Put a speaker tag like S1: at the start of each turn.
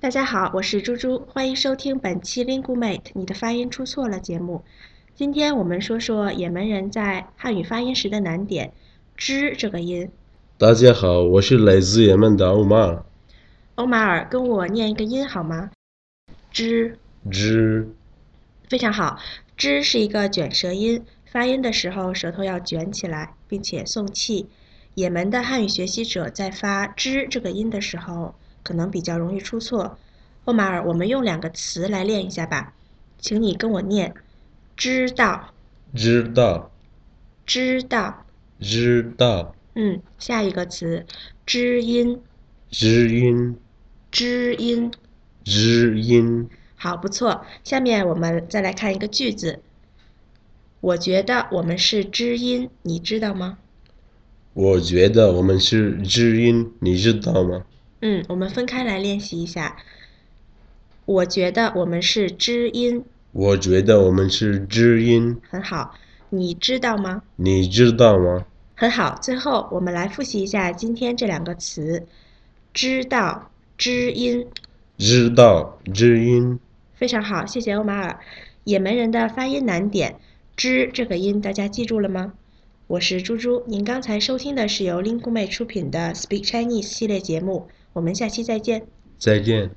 S1: 大家好，我是猪猪，欢迎收听本期 LinguMate 你的发音出错了节目。今天我们说说也门人在汉语发音时的难点 z 这个音。
S2: 大家好，我是来自也门的欧马尔。
S1: 欧马尔，跟我念一个音好吗 z
S2: 吱
S1: 非常好 z 是一个卷舌音，发音的时候舌头要卷起来，并且送气。也门的汉语学习者在发 z 这个音的时候，可能比较容易出错。欧马尔，我们用两个词来练一下吧，请你跟我念：知道，
S2: 知道，
S1: 知道。
S2: 知道，
S1: 嗯，下一个词，知音，
S2: 知音，
S1: 知音。
S2: 知音。
S1: 好，不错。下面我们再来看一个句子。我觉得我们是知音，你知道吗？
S2: 我觉得我们是知音，你知道吗？
S1: 嗯，我们分开来练习一下。我觉得我们是知音，
S2: 我觉得我们是知音，
S1: 很好。你知道吗？
S2: 你知道吗？
S1: 很好。最后我们来复习一下今天这两个词：知道、知音。
S2: 知道，知音。
S1: 非常好，谢谢欧马尔。也门人的发音难点“知”这个音，大家记住了吗？我是猪猪，您刚才收听的是由 l i n g u m e 出品的 Speak Chinese 系列节目，我们下期再见。
S2: 再见。